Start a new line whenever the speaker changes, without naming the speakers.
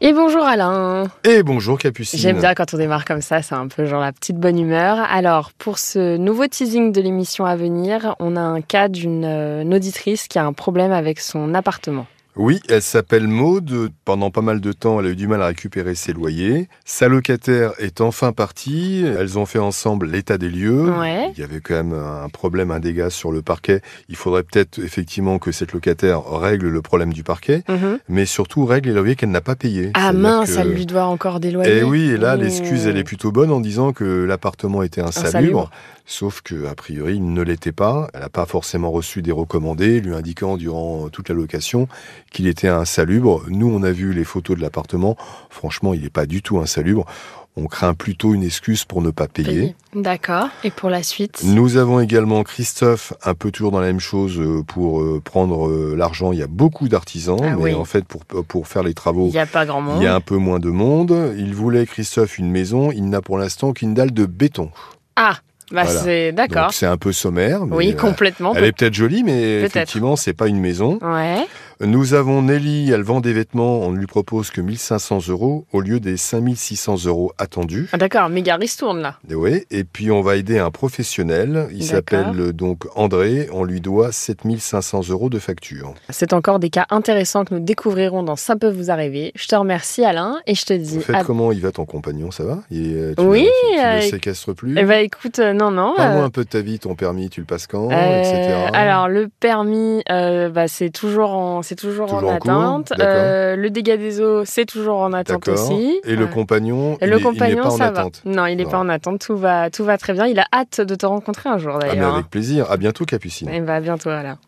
Et bonjour Alain
Et bonjour Capucine.
J'aime bien quand on démarre comme ça, c'est un peu genre la petite bonne humeur. Alors, pour ce nouveau teasing de l'émission à venir, on a un cas d'une euh, auditrice qui a un problème avec son appartement.
Oui, elle s'appelle Maude. Pendant pas mal de temps, elle a eu du mal à récupérer ses loyers. Sa locataire est enfin partie. Elles ont fait ensemble l'état des lieux.
Ouais.
Il y avait quand même un problème, un dégât sur le parquet. Il faudrait peut-être effectivement que cette locataire règle le problème du parquet,
Mhm.
mais surtout règle les loyers qu'elle n'a pas payés.
Ah
C'est-à-dire
mince,
que-
ça lui doit encore des loyers.
Eh oui, et là,
Mmh.
l'excuse, elle est plutôt bonne en disant que l'appartement était insalubre,
Insalubre.
sauf que, a priori, il ne l'était pas. Elle n'a pas forcément reçu des recommandés lui indiquant durant toute la location qu'il était insalubre. Nous, on a vu les photos de l'appartement. Franchement, il n'est pas du tout insalubre. On craint plutôt une excuse pour ne pas payer.
Mmh. D'accord. Et pour la suite
Nous avons également Christophe, un peu toujours dans la même chose euh, pour euh, prendre euh, l'argent. Il y a beaucoup d'artisans,
Ah
mais
oui.
en fait, pour, euh, pour faire les
Il
travaux,
n'y a pas grand
il
monde.
y a un peu moins de monde. Il voulait, Christophe, une maison. Il n'a pour l'instant qu'une dalle de béton.
Ah, bah
Voilà.
c'est d'accord.
Donc c'est un peu sommaire. mais,
Oui,
euh,
complètement.
Elle est peut-être jolie, mais
Peut-être.
effectivement, c'est pas une maison.
Ouais.
Nous avons Nelly, elle vend des vêtements. On ne lui propose que 1500 euros au lieu des 5600 euros attendus.
Ah, d'accord, méga ristourne là.
Et ouais. Et puis, on va aider un professionnel. Il
D'accord.
s'appelle euh, donc André. On lui doit 7500 euros de facture.
C'est encore des cas intéressants que nous découvrirons dans Ça peut vous arriver. Je te remercie Alain et je te
En
dis
fait,
à...
comment il va ton compagnon Ça va Et, euh, tu le-
Oui,
Tu, tu
euh,
le séquestres plus
Eh ben écoute, euh, non, non. euh,
Parle-moi un peu de ta vie, ton permis, tu le passes quand,
euh,
etc.
alors le permis, euh, bah, c'est toujours en, c'est toujours,
Toujours
en
en cours,
attente.
d'accord.
Euh, le dégât des eaux, c'est toujours en attente
D'accord.
aussi.
Et le
Ouais.
compagnon,
Et
il
le
est- il n'est
compagnon,
pas en
ça
attente.
va. Non, il n'est
Non.
pas en attente. Tout va, tout va très bien. Il a hâte de te rencontrer un jour
Ah, mais
d'ailleurs. hein. Eh
avec plaisir. À bientôt, Capucine.
Et bah à bientôt Alain.